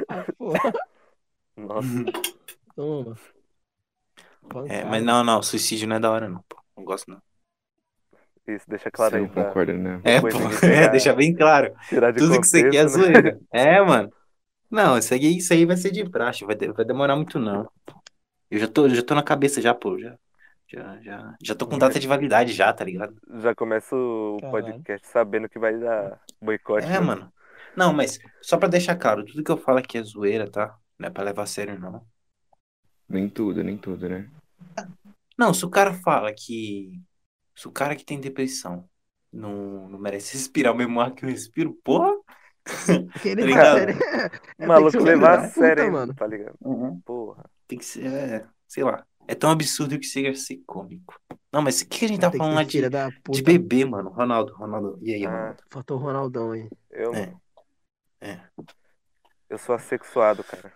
Speaker 3: Ah, porra.
Speaker 2: nossa,
Speaker 3: Toma.
Speaker 1: É, mas não, não, suicídio não é da hora, não, pô. Não gosto, não.
Speaker 2: Isso, deixa claro
Speaker 4: Você
Speaker 2: aí
Speaker 4: não
Speaker 2: pra
Speaker 4: concorda, né?
Speaker 1: É,
Speaker 2: Depois
Speaker 1: pô,
Speaker 2: tem que pegar-
Speaker 1: é, deixa bem claro.
Speaker 2: tirar de
Speaker 1: Tudo que você quer é
Speaker 2: contexto, né?
Speaker 1: zoeira. É, mano. Não, isso aí, isso aí vai ser de praxe, vai, de- vai demorar muito não. Eu já tô, já tô na cabeça já, pô. Já, já, já, já tô com data de validade já, tá ligado?
Speaker 2: Já começa o
Speaker 3: Caralho.
Speaker 2: podcast sabendo que vai dar boicote.
Speaker 1: É,
Speaker 2: né?
Speaker 1: mano. Não, mas só pra deixar claro, tudo que eu falo aqui é zoeira, tá? Não é pra levar a sério, não.
Speaker 4: Nem tudo, nem tudo, né?
Speaker 1: Não, se o cara fala que. Se o cara que tem depressão não, não merece respirar o mesmo ar que eu respiro, porra.
Speaker 3: Que ele
Speaker 1: Obrigado.
Speaker 3: tá- ele-
Speaker 2: O maluco
Speaker 3: tem que ser um
Speaker 2: levar
Speaker 3: filho
Speaker 2: a
Speaker 3: da
Speaker 2: sério,
Speaker 3: puta,
Speaker 2: hein,
Speaker 3: mano.
Speaker 2: tá ligado? Porra.
Speaker 1: Tem que ser. é, sei lá. É tão absurdo que chega a ser cômico. Não, mas o que que a gente tá
Speaker 3: tem que
Speaker 1: falando
Speaker 3: ser
Speaker 1: lá de,
Speaker 3: filha da
Speaker 1: de
Speaker 3: puta.
Speaker 1: bebê, mano? Ronaldo, Ronaldo. E aí,
Speaker 2: Ah,
Speaker 1: Ronaldo?
Speaker 3: Faltou o Ronaldão aí.
Speaker 2: Eu,
Speaker 1: É. É.
Speaker 2: eu sou assexuado, cara.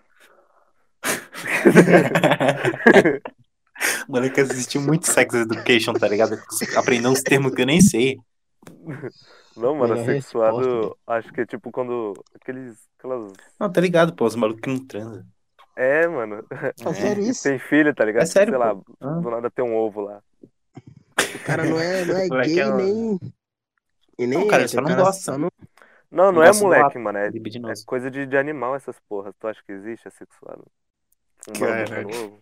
Speaker 1: Moleque assistiu muito Sex Education, tá ligado? Aprendeu uns termos que eu nem sei.
Speaker 2: Não, mano,
Speaker 3: Melhor
Speaker 2: assexuado,
Speaker 3: resposta. né?
Speaker 2: acho que é tipo quando. Aqueles. Aquelas.
Speaker 1: Não, tá ligado, pô. Os malucos que não transam.
Speaker 2: É, mano.
Speaker 3: É sério isso?
Speaker 2: Tem filho, tá ligado?
Speaker 1: É sério,
Speaker 2: Sei lá,
Speaker 1: Ah.
Speaker 2: do nada tem um ovo lá.
Speaker 3: O cara não é, não é
Speaker 1: Moleque
Speaker 3: gay
Speaker 1: é um-
Speaker 3: nem. E nem
Speaker 1: Não, cara,
Speaker 3: hétero,
Speaker 1: só
Speaker 3: o
Speaker 1: não
Speaker 3: cara
Speaker 1: gosta.
Speaker 3: só não-
Speaker 2: Não, não
Speaker 1: Eu
Speaker 2: é
Speaker 1: gosto do
Speaker 2: moleque,
Speaker 1: ato
Speaker 2: mano. É, é
Speaker 1: Libidinoso.
Speaker 2: coisa de, de animal essas porras. Tu acha que existe assexuado? Um mano
Speaker 1: Caralho.
Speaker 2: botando ovo?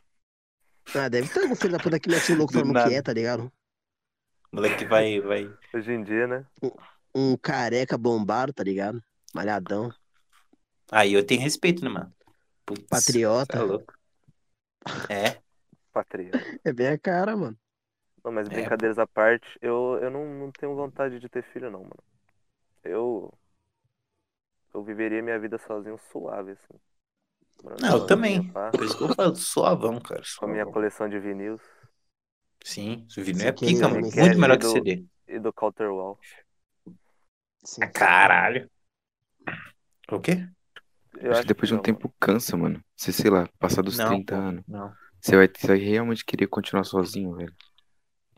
Speaker 3: Ah, deve ter algum filho da puta que mete o louco
Speaker 1: Do
Speaker 3: falando
Speaker 1: nada.
Speaker 3: que é, tá ligado?
Speaker 1: Moleque vai, vai.
Speaker 2: Hoje em dia, né?
Speaker 3: Um careca bombado, tá ligado? Malhadão,
Speaker 1: Aí eu tenho respeito, né, mano? Putz,
Speaker 3: patriota.
Speaker 1: tá louco. É,
Speaker 2: Patria.
Speaker 3: É bem a cara, mano.
Speaker 2: Não, mas
Speaker 1: É,
Speaker 2: brincadeiras à parte, eu, eu não, não tenho vontade de ter filho, não, mano. Eu. Eu viveria minha vida sozinho suave, assim. Morando
Speaker 1: Não, eu
Speaker 2: sozinho,
Speaker 1: também.
Speaker 2: pá,
Speaker 1: por isso que eu falo suavão, cara.
Speaker 2: com a minha
Speaker 1: Suavão.
Speaker 2: coleção de vinis
Speaker 1: Sim, o vinil
Speaker 3: Você
Speaker 1: é
Speaker 3: quer
Speaker 1: pica,
Speaker 3: me
Speaker 1: mano.
Speaker 3: quer
Speaker 1: Muito melhor que
Speaker 2: do-
Speaker 1: CD.
Speaker 2: e do Counterwall.
Speaker 1: É
Speaker 3: Sim.
Speaker 1: Caralho. O quê?
Speaker 2: Eu
Speaker 4: Acho que depois de um
Speaker 2: não,
Speaker 4: tempo cansa, mano. Você, sei lá, passar dos
Speaker 1: Não,
Speaker 4: 30
Speaker 1: pô.
Speaker 4: anos,
Speaker 1: Não.
Speaker 4: você vai, você vai realmente querer continuar sozinho, velho.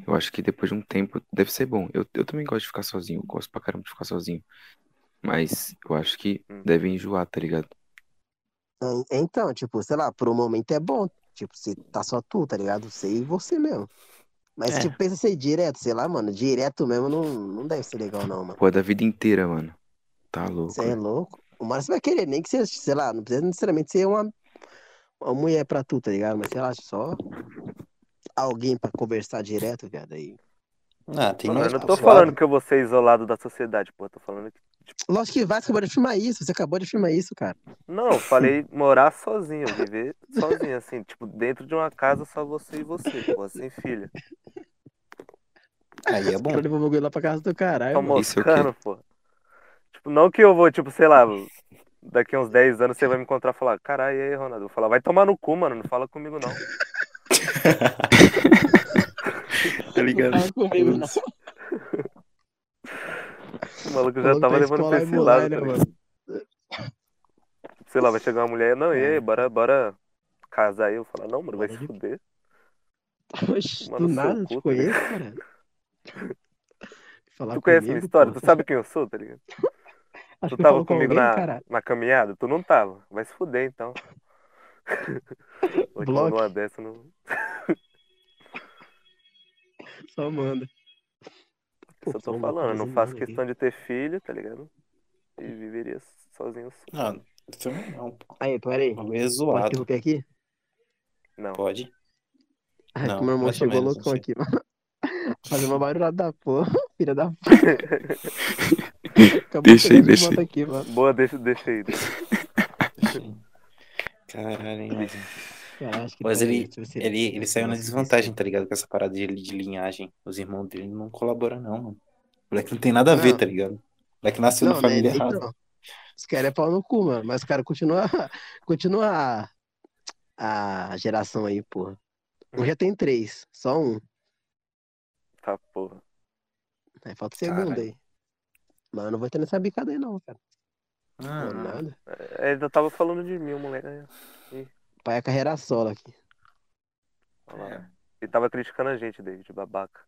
Speaker 4: Eu acho que depois de um tempo deve ser bom. Eu, eu também gosto de ficar sozinho, eu gosto pra caramba de ficar sozinho. Mas eu acho que
Speaker 2: Hum.
Speaker 4: deve enjoar, tá ligado?
Speaker 3: É, Então, tipo, sei lá, por um momento é bom. Tipo, se tá só tu, tá ligado? Você e você mesmo. Mas,
Speaker 1: É.
Speaker 3: tipo, pensa ser direto, sei lá, mano. Direto mesmo não, não deve ser legal, não, mano.
Speaker 4: Pô, é da vida inteira, mano. Tá louco.
Speaker 3: Você é louco. O máximo você vai querer, nem que seja, sei lá, não precisa necessariamente ser uma, uma mulher pra tu, tá ligado? Mas sei lá, só alguém pra conversar direto, viado. Aí.
Speaker 1: Ah, tem
Speaker 2: mano,
Speaker 1: nós
Speaker 2: eu não
Speaker 1: pra
Speaker 2: tô
Speaker 1: suave.
Speaker 2: falando que eu vou ser isolado da sociedade, pô. Eu tô falando que.
Speaker 3: Lógico que vai, você acabou de filmar isso. Você acabou de filmar isso, cara.
Speaker 2: Não, eu falei morar sozinho, viver sozinho, assim, tipo, dentro de uma casa só você e você, pô, sem filha.
Speaker 1: Aí é
Speaker 3: Pra
Speaker 1: bom.
Speaker 3: levar o bagulho lá pra casa do caralho. mano.
Speaker 4: Isso é o quê?
Speaker 2: Almoçando, pô. Tipo, não que eu vou, tipo, sei lá, daqui uns 10 anos você vai me encontrar e falar, caralho, e aí, Ronaldo? Eu vou falar, vai tomar no cu, mano, não fala comigo não.
Speaker 1: Tá ligado?
Speaker 3: Não
Speaker 2: um
Speaker 3: fala comigo, não.
Speaker 2: O maluco já
Speaker 3: Falou
Speaker 2: tava
Speaker 3: pra
Speaker 2: levando
Speaker 3: escola
Speaker 2: pra esse
Speaker 3: e molar,
Speaker 2: lado.
Speaker 3: né,
Speaker 2: tá
Speaker 3: mano?
Speaker 2: ligado? sei lá, vai chegar uma mulher, não, e aí, bora, bora casar aí. Eu vou falar, não, mano, vai se fuder.
Speaker 3: Oxe,
Speaker 2: Mano,
Speaker 3: do
Speaker 2: seu
Speaker 3: nada,
Speaker 2: cu,
Speaker 3: te
Speaker 2: tá
Speaker 3: conheço, cara. Falar
Speaker 2: Tu conhece minha
Speaker 3: comigo,
Speaker 2: história?
Speaker 3: pô.
Speaker 2: Tu sabe quem eu sou, tá ligado? Tu
Speaker 3: Acho que eu
Speaker 2: tava
Speaker 3: falo com
Speaker 2: comigo
Speaker 3: alguém,
Speaker 2: na,
Speaker 3: cara.
Speaker 2: na caminhada? Tu não tava. Vai se fuder, então. Vou te
Speaker 3: Bloco.
Speaker 2: mandar uma dessa no...
Speaker 3: Só manda.
Speaker 2: Isso eu tô falando, não faço questão de ter filho, tá ligado? E viveria sozinho.
Speaker 1: Ah, também não. pô.
Speaker 3: Aí, peraí.
Speaker 1: O bagulho é
Speaker 3: Pode
Speaker 1: zoado.
Speaker 3: interromper aqui?
Speaker 2: Não.
Speaker 1: Pode.
Speaker 3: Ai,
Speaker 1: Não,
Speaker 3: que meu irmão
Speaker 1: mais ou
Speaker 3: chegou
Speaker 1: menos,
Speaker 2: assim.
Speaker 3: loucão
Speaker 1: não
Speaker 3: aqui, mano. Fazer uma barulhada da porra, filha da puta. Acabou
Speaker 4: Deixa aí,
Speaker 3: chegando de
Speaker 4: deixa
Speaker 3: moto
Speaker 4: aí.
Speaker 3: aqui, mano.
Speaker 2: Boa, deixa, deixa aí. deixa.
Speaker 1: Caralho, hein, mas-
Speaker 3: Cara, acho que
Speaker 1: Mas
Speaker 3: tá
Speaker 1: ele-
Speaker 3: certo, você-
Speaker 1: ele, ele saiu na desvantagem, tá ligado? Com essa parada de, de linhagem. Os irmãos dele não colaboram, não, mano. O moleque não tem nada a ver,
Speaker 3: Não.
Speaker 1: tá ligado? O moleque nasceu
Speaker 3: Não,
Speaker 1: na
Speaker 3: né,
Speaker 1: família
Speaker 3: então,
Speaker 1: errada.
Speaker 3: Os caras é pau no cu, mano. Mas o cara continua, continua a- a, geração aí, porra. Um já tem três, só um.
Speaker 2: Tá, porra.
Speaker 3: Aí falta o segundo
Speaker 1: Caralho.
Speaker 3: aí. Mas eu não vou entrar nessa bicada aí, não, cara.
Speaker 1: Ah,
Speaker 3: Não, nada.
Speaker 2: É, Ainda tava falando de mim, o moleque. né?
Speaker 3: Pai é carreira solo aqui.
Speaker 2: Olha lá. Ele tava criticando a gente, David, babaca.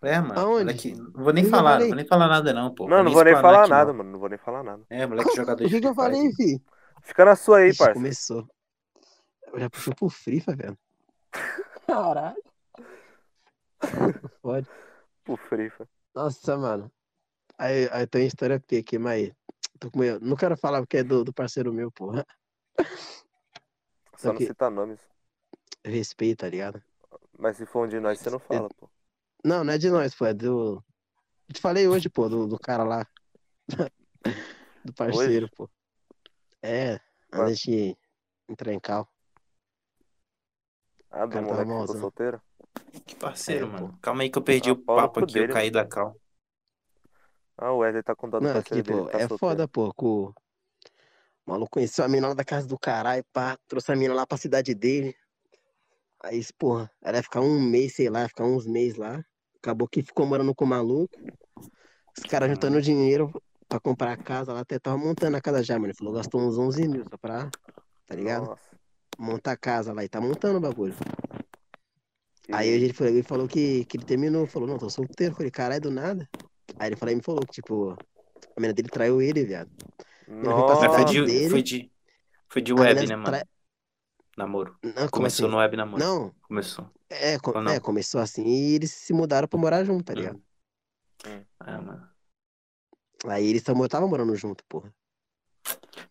Speaker 1: É, mano.
Speaker 3: Aonde?
Speaker 1: Moleque, não vou nem
Speaker 3: Eu já
Speaker 1: falar, não
Speaker 3: falei.
Speaker 1: vou nem falar nada, não, pô.
Speaker 2: não, não vou nem
Speaker 1: explanar
Speaker 2: falar
Speaker 1: aqui,
Speaker 2: nada,
Speaker 1: não.
Speaker 2: mano. Não vou nem falar nada.
Speaker 1: É, moleque jogador
Speaker 3: O que
Speaker 1: de
Speaker 3: que eu
Speaker 1: Free Fire.
Speaker 3: falei, fi?
Speaker 2: Fica na sua aí,
Speaker 3: Ixi,
Speaker 2: parça.
Speaker 3: começou. Eu já puxou pro Frifa, velho. Caralho. Pode.
Speaker 2: Pô, Frifa.
Speaker 3: Nossa, mano. Aí, aí tem uma história que tem aqui, mas tô com medo. Não quero falar porque é do, do parceiro meu, porra.
Speaker 2: Só
Speaker 3: Aqui.
Speaker 2: não citar nomes.
Speaker 3: Respeito, tá ligado?
Speaker 2: Mas se for um de nós, você não fala, pô.
Speaker 3: Não, não é de nós, pô. É do. Eu te falei hoje, pô, do, do cara lá. do parceiro, pô. É,
Speaker 2: Ah.
Speaker 3: antes de entrar em cal.
Speaker 2: Ah, do
Speaker 3: Cara, tava
Speaker 2: moleque que ficou
Speaker 3: malzão.
Speaker 2: solteiro?
Speaker 1: Que parceiro,
Speaker 3: É, pô.
Speaker 1: mano. Calma aí que eu perdi
Speaker 2: Ah,
Speaker 1: o
Speaker 2: Paulo
Speaker 1: papo aqui, eu
Speaker 2: Cudeiro,
Speaker 1: caí da calma.
Speaker 2: Ah, o Wesley tá contando
Speaker 3: Não,
Speaker 2: pra
Speaker 3: aqui,
Speaker 2: parceiro
Speaker 3: pô,
Speaker 2: dele. Tá
Speaker 3: é
Speaker 2: solteiro.
Speaker 3: foda, pô. que O o maluco conheceu a mina lá da casa do caralho, pá. Trouxe a mina lá pra cidade dele. Aí, porra, ela ia ficar um mês, sei lá, ia ficar uns meses lá. Acabou que ficou morando com o maluco. Os caras juntando dinheiro pra comprar a casa lá, até tava montando a casa já, mano. Ele falou, gastou uns 11 mil só pra, tá ligado?
Speaker 2: Nossa.
Speaker 3: Montar a casa lá e tá montando o bagulho.
Speaker 2: E-
Speaker 3: Aí hoje ele falou, ele falou que, que ele terminou, falou, não, tô solteiro. Eu falei, caralho, do nada. Aí ele falou, ele me falou que, tipo, a mina dele traiu ele, viado.
Speaker 1: Mas
Speaker 3: Nossa.
Speaker 1: foi
Speaker 2: Nossa.
Speaker 1: de,
Speaker 3: Dele.
Speaker 1: foi de. Foi de
Speaker 3: A
Speaker 1: web,
Speaker 3: mina
Speaker 1: né, mano?
Speaker 3: tra-
Speaker 1: Namoro.
Speaker 3: Não, como
Speaker 1: Começou
Speaker 3: assim?
Speaker 1: no web namoro.
Speaker 3: Não,
Speaker 1: Começou.
Speaker 3: É, co-
Speaker 1: Ou não? Hum.
Speaker 3: é, começou assim e eles se mudaram pra morar junto, tá ligado?
Speaker 1: Ah, mano.
Speaker 3: Aí eles estavam morando junto, porra.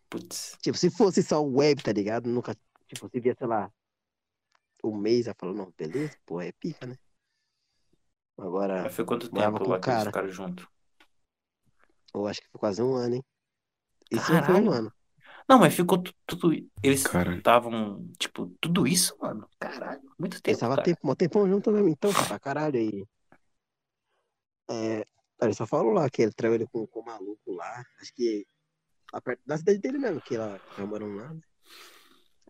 Speaker 1: Putz.
Speaker 3: Tipo, se fosse só o web, tá ligado? Nunca, tipo, se via, sei lá, um mês, aí falou, não, beleza, porra, é pica, né? Agora,
Speaker 1: Mas foi quanto
Speaker 3: Morava
Speaker 1: tempo
Speaker 3: com
Speaker 1: lá
Speaker 3: o
Speaker 1: que eles
Speaker 3: cara.
Speaker 1: ficaram juntos?
Speaker 3: eu acho que foi quase um ano, hein? Isso não foi um
Speaker 1: Caralho.
Speaker 3: ano.
Speaker 1: Não, mas ficou tu- tudo. Eles
Speaker 4: Caralho.
Speaker 1: estavam, tipo, tudo isso, mano. Caralho, muito tempo.
Speaker 3: Pensava
Speaker 1: cara.
Speaker 3: tempo, mó tempão junto mesmo, então, pra caralho aí. É, ele só falou lá que ele traiu ele com, com o maluco lá, acho que lá perto da cidade dele mesmo, que lá tava morando lá, né?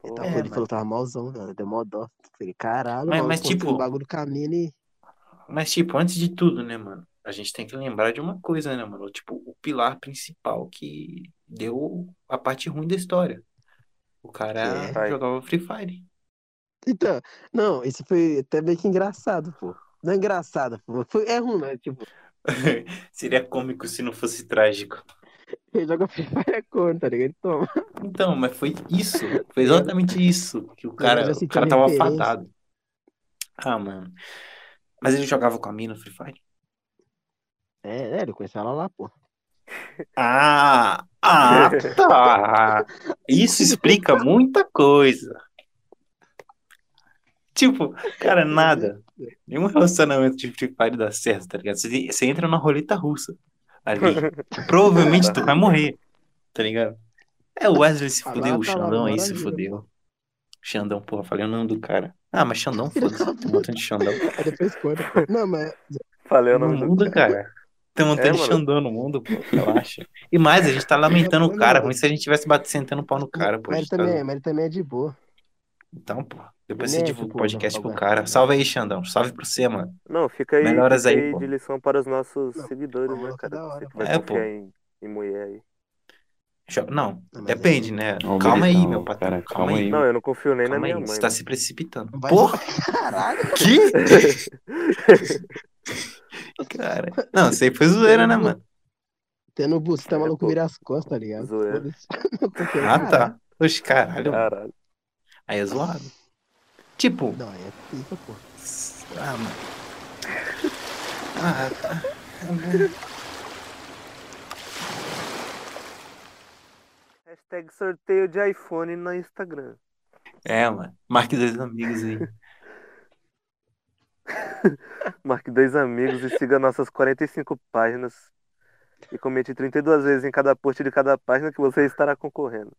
Speaker 3: Ele, tava,
Speaker 1: É,
Speaker 3: ele
Speaker 1: mano.
Speaker 3: falou que tava malzão, velho. Deu mó dó. Falei, caralho,
Speaker 1: Mas-
Speaker 3: mano,
Speaker 1: mas,
Speaker 3: aconteceu
Speaker 1: tipo-
Speaker 3: um bagulho do caminho e.
Speaker 1: Mas, tipo, antes de tudo, né, mano? A gente tem que lembrar de uma coisa, né, mano? Tipo, o pilar principal que deu a parte ruim da história. O cara
Speaker 2: Que é?
Speaker 1: jogava Free Fire.
Speaker 3: Então, não, isso foi até meio que engraçado, pô. Não é engraçado, pô. Foi, é ruim, né? Tipo,
Speaker 1: Seria cômico se não fosse trágico.
Speaker 3: ele joga Free Fire é corno, tá ligado? Ele Toma.
Speaker 1: Então, mas foi isso. Foi exatamente isso. Que o
Speaker 3: Eu
Speaker 1: cara,
Speaker 3: já
Speaker 1: o
Speaker 3: senti
Speaker 1: cara
Speaker 3: a
Speaker 1: tava
Speaker 3: referência.
Speaker 1: fadado. Ah, mano. Mas ele jogava com a mina no Free Fire?
Speaker 3: É, é, ele conheceu ela lá, pô.
Speaker 1: Ah! Ah, tá! Isso explica muita coisa. Tipo, cara, nada. Nenhum relacionamento de Free Fire dá certo, tá ligado? Você, você entra na roleta russa ali. Provavelmente tu vai morrer, tá ligado? É, o Wesley se
Speaker 3: Ah,
Speaker 1: fudeu,
Speaker 3: lá
Speaker 1: o
Speaker 3: tá lá,
Speaker 1: Xandão aí se
Speaker 3: maravilha.
Speaker 1: fudeu. Xandão, porra, falei o nome do cara. Ah, mas Xandão, foda-se, tem um montão de Xandão.
Speaker 3: Aí depois conta. Não, mas
Speaker 2: Falei o
Speaker 1: No
Speaker 2: nome do
Speaker 1: mundo, cara. Tem um montão
Speaker 2: É,
Speaker 1: de
Speaker 2: mano.
Speaker 1: Xandão no mundo, pô, relaxa. E mais, a gente tá lamentando o cara, como se a gente tivesse batendo, sentando o pau no cara, pô. a
Speaker 3: mas ele
Speaker 1: gente tá-
Speaker 3: também, é- mas ele também é de boa.
Speaker 1: Então, pô, depois você
Speaker 3: Ele é,
Speaker 1: divulga o
Speaker 3: tipo,
Speaker 1: podcast pro
Speaker 3: alguém.
Speaker 1: cara. Salve aí, Xandão. Salve pra você, mano.
Speaker 2: Não, fica aí,
Speaker 1: Melhoras
Speaker 2: fica
Speaker 1: aí,
Speaker 2: aí
Speaker 1: pô.
Speaker 2: de lição para os nossos
Speaker 3: Não,
Speaker 2: seguidores,
Speaker 3: pô,
Speaker 2: né,
Speaker 3: que
Speaker 2: cara?
Speaker 3: da hora,
Speaker 2: Você que vai
Speaker 1: pô. É, pô.
Speaker 2: confiar em, em mulher aí.
Speaker 1: Jo- Não,
Speaker 3: Não, mas
Speaker 1: depende, né?
Speaker 4: Ó,
Speaker 1: Calma aí,
Speaker 4: militão,
Speaker 1: meu patrão.
Speaker 4: cara,
Speaker 1: calma,
Speaker 4: calma
Speaker 1: aí.
Speaker 4: aí.
Speaker 1: Não,
Speaker 2: Não, eu não confio nem
Speaker 1: calma
Speaker 2: na
Speaker 1: aí.
Speaker 2: né, minha mãe.
Speaker 1: Você tá se precipitando.
Speaker 3: Vai-
Speaker 1: Porra,
Speaker 3: Caralho,
Speaker 1: que? Cara. Não, isso aí foi zoeira, né, mano?
Speaker 3: tendo busto, tá
Speaker 2: É,
Speaker 3: maluco
Speaker 2: pô.
Speaker 3: virar as costas, tá ligado?
Speaker 2: Zoeira.
Speaker 3: Foda-se. Não confio,
Speaker 1: Ah,
Speaker 3: caralho.
Speaker 1: tá. Oxe, caralho. mano.
Speaker 2: Caralho.
Speaker 1: Aí é zoado. Tipo.
Speaker 3: Não, aí é pica, pô.
Speaker 1: Ah, mano. Ah, tá.
Speaker 2: Hashtag sorteio de iPhone no Instagram.
Speaker 1: É, mano. Marque dois amigos aí.
Speaker 2: Marque dois amigos e siga nossas 45 páginas. E comente 32 vezes em cada post de cada página que você estará concorrendo.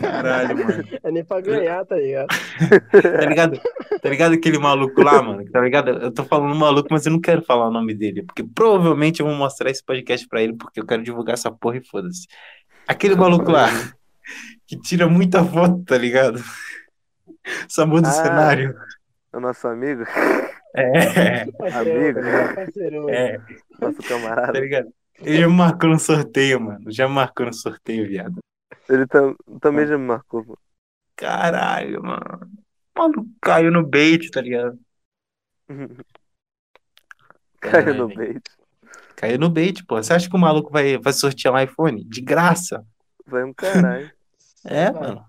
Speaker 1: Caralho, mano.
Speaker 3: É nem pra ganhar, tá ligado?
Speaker 1: Tá ligado? Tá ligado aquele maluco lá, mano? Tá ligado? Eu tô falando maluco, mas eu não quero falar o nome dele. Porque provavelmente eu vou mostrar esse podcast pra ele, porque eu quero divulgar essa porra e foda-se. Aquele maluco lá, que tira muita foto, tá ligado? Só muda
Speaker 2: Ah.
Speaker 1: o cenário.
Speaker 2: É o nosso amigo,
Speaker 1: É,
Speaker 2: Amigo.
Speaker 3: Parceiro,
Speaker 1: é,
Speaker 2: nosso
Speaker 1: tá
Speaker 2: camarada.
Speaker 1: ligado? Ele já me marcou no sorteio, mano. Já me marcou no sorteio, viado.
Speaker 2: Ele tam- também já me marcou. pô.
Speaker 1: Caralho, mano. O maluco caiu no bait, tá ligado?
Speaker 2: Caiu no
Speaker 1: Caralho.
Speaker 2: bait.
Speaker 1: Caiu no bait, pô. Você acha que o maluco vai, vai sortear um iPhone? De graça?
Speaker 2: Vai um caralho.
Speaker 1: É,
Speaker 3: Vai,
Speaker 1: mano.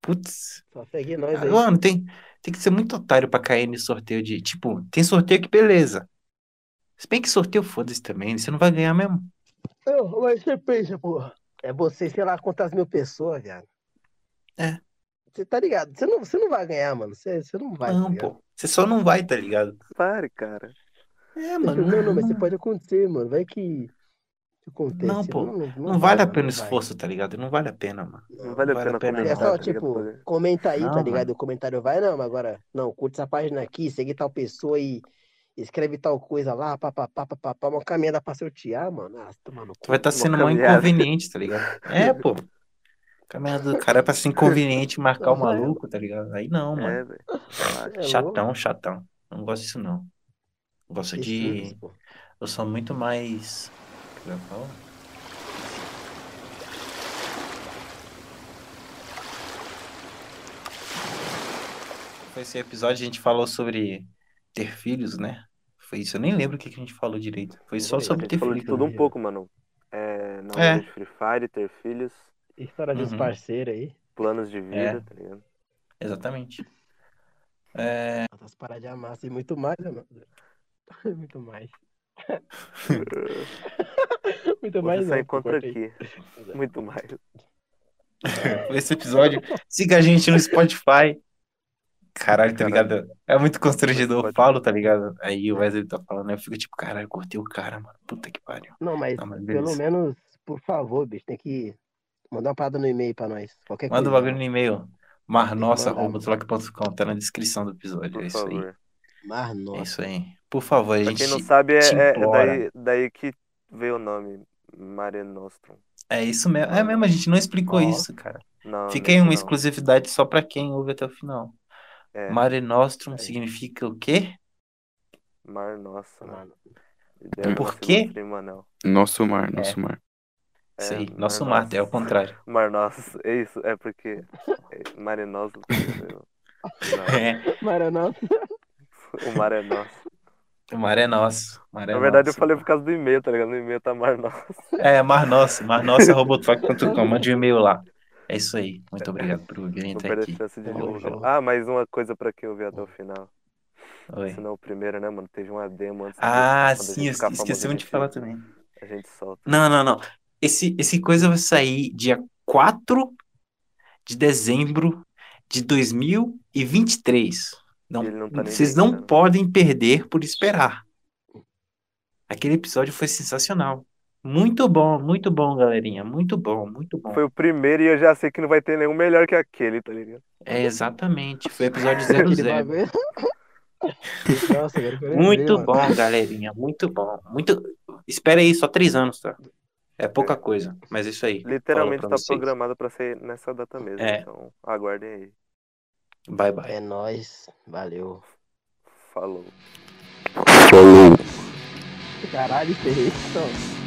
Speaker 1: Putz.
Speaker 3: Só segue nós aí.
Speaker 1: Mano, tem, tem que ser muito otário pra cair nesse sorteio de. Tipo, tem sorteio que beleza. Se bem que sorteio, foda-se também, você não vai ganhar mesmo.
Speaker 3: Não, mas você pensa, porra. É você, sei lá, quantas mil pessoas, viado.
Speaker 1: É.
Speaker 3: Você tá ligado? Você não, você não vai ganhar, mano. Você, você não vai. tá
Speaker 1: não,
Speaker 3: ligado?
Speaker 1: pô. Você só não vai, tá ligado?
Speaker 2: Pare, cara.
Speaker 1: É,
Speaker 3: Não,
Speaker 1: mano.
Speaker 3: não, mas você pode acontecer, mano. Vai que. que acontece.
Speaker 1: Não, pô. Não
Speaker 3: vai,
Speaker 1: vale a
Speaker 3: mano,
Speaker 1: pena o
Speaker 3: não vai.
Speaker 1: esforço, tá ligado? Não vale a pena, mano.
Speaker 2: Não vale a
Speaker 1: vale a
Speaker 2: pena
Speaker 1: pena
Speaker 2: comentar.
Speaker 3: É
Speaker 1: não,
Speaker 3: só,
Speaker 2: tá ligado?
Speaker 3: tipo, comenta aí,
Speaker 1: Não,
Speaker 3: tá ligado? O comentário vai, não, mas agora, não, curte essa página aqui, segue tal pessoa e escreve tal coisa lá, papapá, papapá, uma caminhada pra sortear, mano. Ah, toma no
Speaker 1: Tu
Speaker 3: cu.
Speaker 1: vai estar sendo mal
Speaker 2: caminhada.
Speaker 1: inconveniente, tá ligado? É, pô. Caminhada do cara é pra ser inconveniente marcar o maluco, tá ligado? Aí não, mano.
Speaker 2: É, velho. Relaxa.
Speaker 3: É
Speaker 1: Chatão, chatão. Não gosto disso, não. Gosto
Speaker 3: louco,
Speaker 1: de.
Speaker 3: isso, pô.
Speaker 1: Eu sou muito mais. Como é que fala? Foi esse episódio a gente falou sobre ter filhos, né? Foi isso. Eu nem lembro o que que a gente falou direito. Foi só
Speaker 3: Olha,
Speaker 1: sobre
Speaker 2: A
Speaker 1: ter
Speaker 2: gente falou
Speaker 1: filhos.
Speaker 2: de tudo um
Speaker 3: né?
Speaker 2: pouco, mano. É, não
Speaker 1: É.
Speaker 2: de Free Fire, ter filhos,
Speaker 3: História dos
Speaker 1: Uhum.
Speaker 3: parceiros aí.
Speaker 2: planos de vida,
Speaker 1: É.
Speaker 2: tá ligado?
Speaker 1: Exatamente. É.
Speaker 3: As paradas de amassa e muito mais, né, mano? Muito mais. muito mais,
Speaker 2: Você só
Speaker 1: um,
Speaker 3: não,
Speaker 2: encontra
Speaker 3: corta aí.
Speaker 2: aqui. Muito mais.
Speaker 1: É Foi esse episódio. Siga a gente no Spotify. Caralho, tá
Speaker 2: Caralho.
Speaker 1: ligado? É muito constrangedor. Eu
Speaker 2: Spotify.
Speaker 1: falo, tá ligado? Aí o Wesley tá falando, eu fico tipo, caralho, cortei o cara, mano. Puta que pariu.
Speaker 3: Não, mas
Speaker 1: Não, mas
Speaker 3: pelo
Speaker 1: beleza.
Speaker 3: menos, por favor, bicho, tem que mandar uma parada no e-mail pra nós. Qualquer
Speaker 1: Manda o
Speaker 3: coisa.
Speaker 1: bagulho no e-mail. marnossa.troc.com tá na descrição do episódio.
Speaker 2: Por
Speaker 1: É isso aí.
Speaker 2: favor.
Speaker 3: Mas
Speaker 1: É
Speaker 3: nossa.
Speaker 1: isso aí. Por favor, a
Speaker 2: Pra quem não
Speaker 1: gente.
Speaker 2: sabe, é,
Speaker 1: te
Speaker 2: é- é
Speaker 1: implora.
Speaker 2: daí, daí que veio o nome. Mare Nostrum.
Speaker 1: É isso mesmo. É mesmo, a gente não explicou
Speaker 3: Ó.
Speaker 1: isso, cara.
Speaker 2: Não,
Speaker 1: Fica
Speaker 2: não, é
Speaker 1: aí uma
Speaker 2: não.
Speaker 1: exclusividade só pra quem ouve até o final.
Speaker 2: É,
Speaker 1: Mare Nostrum significa o quê?
Speaker 2: Mar Nossa, né?
Speaker 3: mano.
Speaker 2: Ideia
Speaker 1: Por
Speaker 2: nossa
Speaker 1: quê?
Speaker 2: ilustre, mano.
Speaker 4: Nosso mar, nosso mar.
Speaker 2: É,
Speaker 1: isso aí.
Speaker 2: Mar
Speaker 1: Nosso mato, é o
Speaker 2: Nostrum.
Speaker 1: contrário.
Speaker 2: Mar Nossa, é isso, é porque. É, mar é nosso. entendeu?
Speaker 1: É.
Speaker 3: Maranata.
Speaker 2: Não, O mar é nosso.
Speaker 1: O mar é nosso. o Mar é
Speaker 2: Hum. Na verdade, eu
Speaker 1: nosso.
Speaker 2: falei por causa do e-mail, tá ligado? No e-mail tá Mar Nossa.
Speaker 1: É, mar nosso. Mar nosso, é robotofac.com. Mande um e-mail lá. É isso aí. Muito obrigado por virem
Speaker 2: Não
Speaker 1: até
Speaker 2: perde a
Speaker 1: aqui.
Speaker 2: chance de
Speaker 1: tá
Speaker 3: Falou,
Speaker 2: divulgar.
Speaker 3: falou.
Speaker 2: Ah, mais uma coisa pra quem ouvir até o final.
Speaker 1: Oi.
Speaker 2: Se não, o primeiro, né, mano? Teve uma demo antes.
Speaker 1: Ah,
Speaker 2: disso. Quando a
Speaker 1: sim,
Speaker 2: gente
Speaker 1: eu
Speaker 2: ficar famoso,
Speaker 1: esquecemos
Speaker 2: a
Speaker 1: de
Speaker 2: gente-
Speaker 1: falar também.
Speaker 2: A gente solta.
Speaker 1: Não, não, não. Esse, esse coisa vai sair dia 4 de dezembro de 2023. Não,
Speaker 2: Ele não tá nem
Speaker 1: vocês não
Speaker 2: brincando.
Speaker 1: podem perder por esperar. Aquele episódio foi sensacional. Muito bom, muito bom, galerinha. Muito bom, muito bom.
Speaker 2: Foi o primeiro e eu já sei que não vai ter nenhum melhor que aquele, tá ligado?
Speaker 1: É, exatamente. Foi episódio 00.
Speaker 3: Nossa, agora que eu lembrei,
Speaker 1: é. Muito
Speaker 3: mano.
Speaker 1: bom, galerinha. Muito bom. Muito. Espera aí, só três anos, tá? É pouca coisa, mas é isso aí.
Speaker 2: Literalmente
Speaker 1: Falo
Speaker 2: tá
Speaker 1: pra vocês.
Speaker 2: programado pra ser nessa data mesmo.
Speaker 1: É.
Speaker 2: Então, aguardem aí.
Speaker 1: Bye, bye.
Speaker 3: É nóis. Valeu.
Speaker 2: Falou.
Speaker 3: Caralho, ferrei. Então.